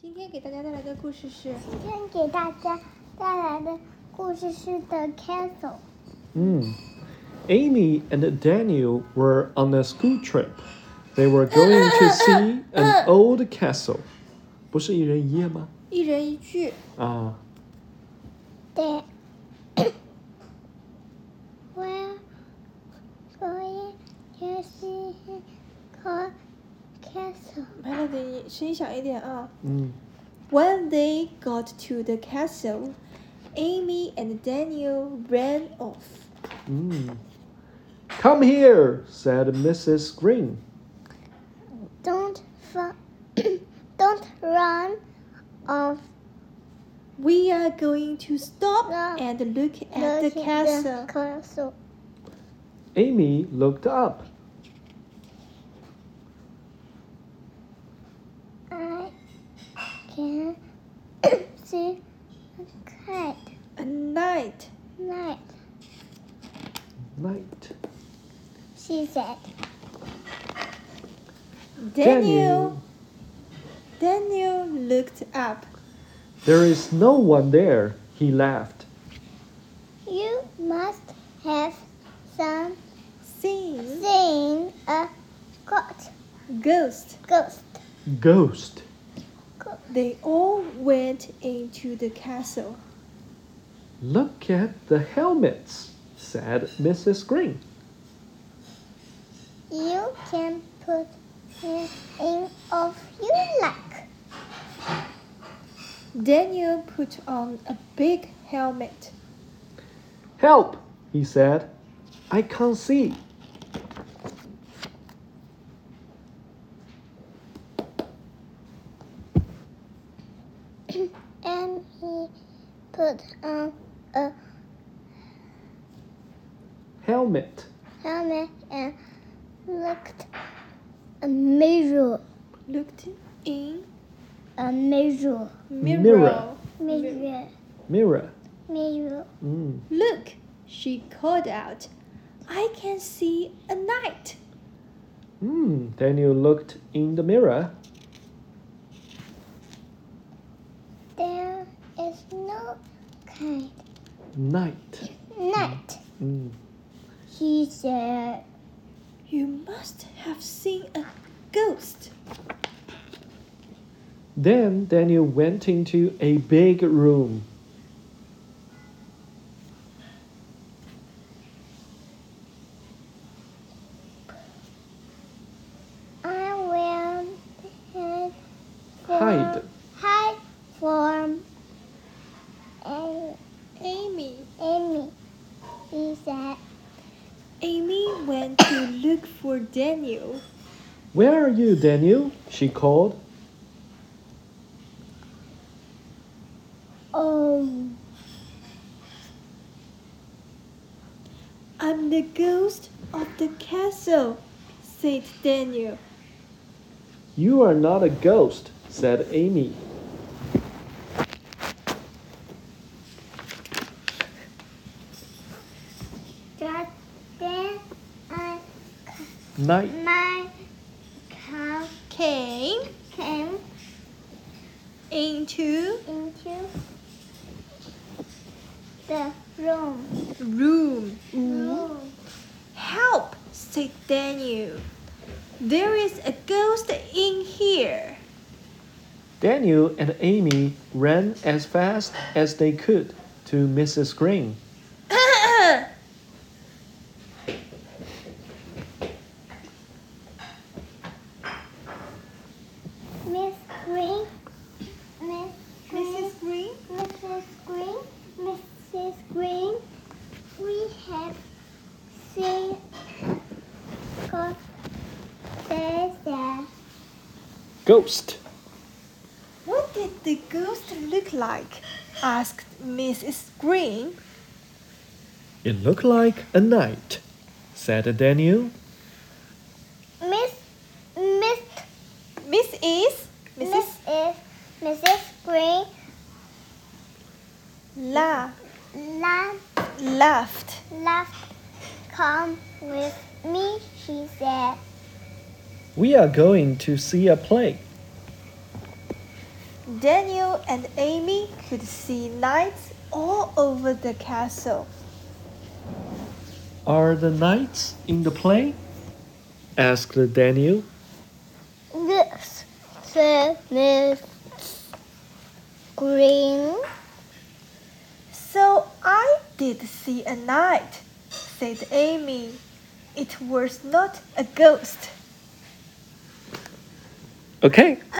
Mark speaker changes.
Speaker 1: 今天给大家带来的故事是《
Speaker 2: 今天给大家带来的故事是《The Castle》。
Speaker 3: Mm. Amy and Daniel were on a school trip. They were going to see an old castle. 不是一人一夜吗？啊，
Speaker 1: 一人一句》。
Speaker 2: 对。We're going to see the castle.
Speaker 1: Melody，声音小一点啊。When they got to the castle, Amy and Daniel ran off.
Speaker 3: Mm. Come here, said Mrs. Green.
Speaker 2: Don't fu- don't run off.
Speaker 1: We are going to stop
Speaker 2: No.
Speaker 1: and look at the
Speaker 2: the
Speaker 1: castle.
Speaker 2: castle.
Speaker 3: Amy looked up.
Speaker 2: I can see a cat
Speaker 1: A night.
Speaker 2: night.
Speaker 3: Night.
Speaker 2: She said.
Speaker 1: Daniel. Daniel looked up.
Speaker 3: There is no one there, he laughed.
Speaker 2: You must have some
Speaker 1: Seeing
Speaker 2: seen a got
Speaker 1: ghost.
Speaker 2: ghost.
Speaker 3: Ghost.
Speaker 1: They all went into the castle.
Speaker 3: Look at the helmets, said Mrs. Green.
Speaker 2: You can put it in of you like.
Speaker 1: Daniel put on a big helmet.
Speaker 3: Help, he said. I can't see.
Speaker 2: and he put on a
Speaker 3: Helmet.
Speaker 2: helmet and looked a mirror.
Speaker 1: Looked in
Speaker 2: A mirror.
Speaker 1: mirror.
Speaker 3: Mirror.
Speaker 2: Mirror.
Speaker 3: Mirror.
Speaker 2: Mirror.
Speaker 3: Mm.
Speaker 1: Look, she called out. I can see a knight.
Speaker 3: Mm. Daniel looked in the mirror.
Speaker 2: There is no kind
Speaker 3: Night.
Speaker 2: night.
Speaker 3: Mm.
Speaker 2: He said.
Speaker 1: You must have seen a ghost.
Speaker 3: Then Daniel went into a big room.
Speaker 2: I will hide for,
Speaker 3: Hide.
Speaker 2: hide from A-
Speaker 1: Amy.
Speaker 2: Amy. He said,
Speaker 1: Amy went to look for Daniel.
Speaker 3: Where are you, Daniel? She called.
Speaker 2: "Oh,
Speaker 1: I'm the ghost of the castle, said Daniel.
Speaker 3: You are not a ghost, said Amy.
Speaker 2: just then I
Speaker 3: Night.
Speaker 2: my cow
Speaker 1: Came
Speaker 2: came
Speaker 1: into
Speaker 2: into the room.
Speaker 1: room.
Speaker 2: room.
Speaker 1: Help, said Daniel. There is a ghost in here.
Speaker 3: Daniel and Amy ran as fast as they could to Mrs. Green.
Speaker 2: Miss Green, Miss Green,
Speaker 1: Mrs. Green,
Speaker 2: Mrs. Green, Mrs. Green. We have seen God. They said,
Speaker 3: Ghost.
Speaker 1: what did the ghost look like? asked Mrs. Green.
Speaker 3: It looked like a knight, said Daniel.
Speaker 2: Miss, Miss,
Speaker 1: Miss is
Speaker 2: Miss
Speaker 1: Mrs.
Speaker 2: is Mrs. Green
Speaker 1: La
Speaker 2: la,
Speaker 1: laughed.
Speaker 2: laughed. Come with me, she said.
Speaker 3: We are going to see a play.
Speaker 1: Daniel and Amy could see lights all over the castle.
Speaker 3: Are the knights in the play? asked Daniel.
Speaker 2: Yes, said Miss Green.
Speaker 1: So I did see a knight, said Amy. It was not a ghost.
Speaker 3: Okay,